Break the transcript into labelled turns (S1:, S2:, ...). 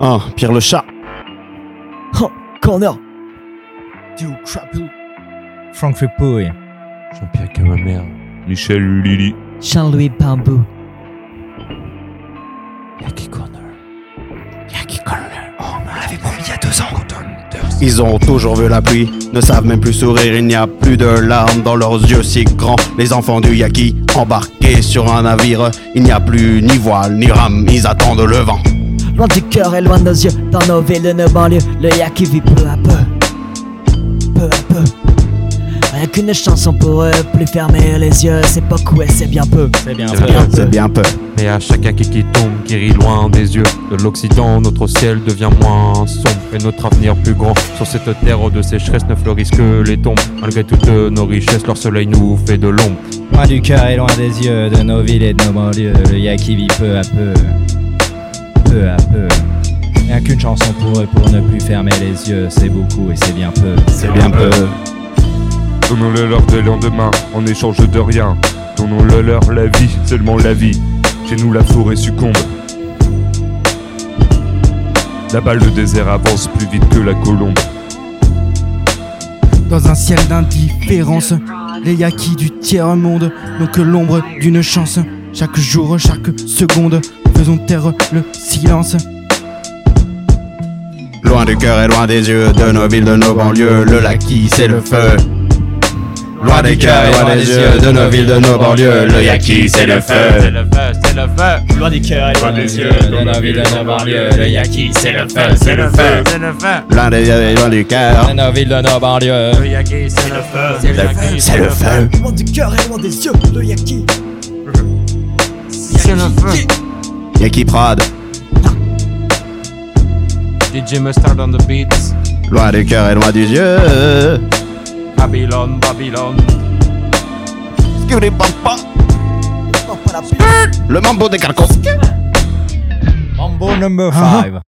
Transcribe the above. S1: 1. Pierre Hein, le chat.
S2: Corner. Dude, Crapple.
S3: Frank Fupoy.
S4: Jean-Pierre Camembert. Michel Lili.
S2: Jean-Louis Bambou.
S4: Lucky Corner.
S1: Yaki Corner. Oh, on l'avait promis il y a deux ans. Ils ont toujours vu la pluie, ne savent même plus sourire, il n'y a plus de larmes dans leurs yeux si grands. Les enfants du Yaki, embarqués sur un navire, il n'y a plus ni voile ni rame, ils attendent le vent.
S2: Loin du cœur et loin de nos yeux, dans nos villes et nos banlieues, le Yaki vit peu à peu. Peu à peu. Rien qu'une chanson pour eux, plus fermer les yeux, c'est pas ouais, c'est bien peu.
S3: C'est bien.
S4: C'est
S3: ça.
S4: bien.
S1: C'est bien peu.
S4: Mais à chaque acquis qui tombe, qui rit loin des yeux de l'Occident, notre ciel devient moins sombre et notre avenir plus grand. Sur cette terre de sécheresse ne fleurissent que les tombes. Malgré toutes nos richesses, leur soleil nous fait de l'ombre.
S3: Loin du cœur et loin des yeux, de nos villes et de nos banlieues, le Yaki vit peu à peu. Peu à peu. Rien qu'une chanson pour eux, pour ne plus fermer les yeux, c'est beaucoup et c'est bien peu.
S1: C'est bien peu.
S5: Donnons-le leur de lendemain, en échange de rien. Donnons-le leur la vie, seulement la vie. Chez nous, la forêt succombe. La balle de désert avance plus vite que la colombe.
S6: Dans un ciel d'indifférence, les yakis du tiers-monde n'ont que l'ombre d'une chance. Chaque jour, chaque seconde, faisons taire le silence.
S1: Loin du cœur et loin des yeux, de nos villes, de nos banlieues, le Yaki c'est le feu. Loin des cœurs et loin des yeux, de nos villes, de nos banlieues, le Yaki c'est le feu.
S4: le feu, c'est le feu.
S2: Loin du cœur et
S3: Loin des yeux, de nos villes, de nos banlieues, le Yaki, c'est le feu, c'est
S1: Ah,
S3: le feu.
S4: c'est le feu.
S1: Loin des yeux et loin du cœur,
S3: De nos villes, de nos banlieues.
S4: Le Yaki, c'est le feu. C'est
S1: le- c'est le feu.
S2: Loin du cœur et loin des yeux, le Yaki.
S4: C'est le feu.
S1: Yaki Prod.
S4: DJ Mustard on the beats.
S1: Loin du cœur et loin des yeux.
S4: Babylon, Babylon.
S2: Pas la
S1: Le mambo des carcons. Ah,
S3: Mambo number 5.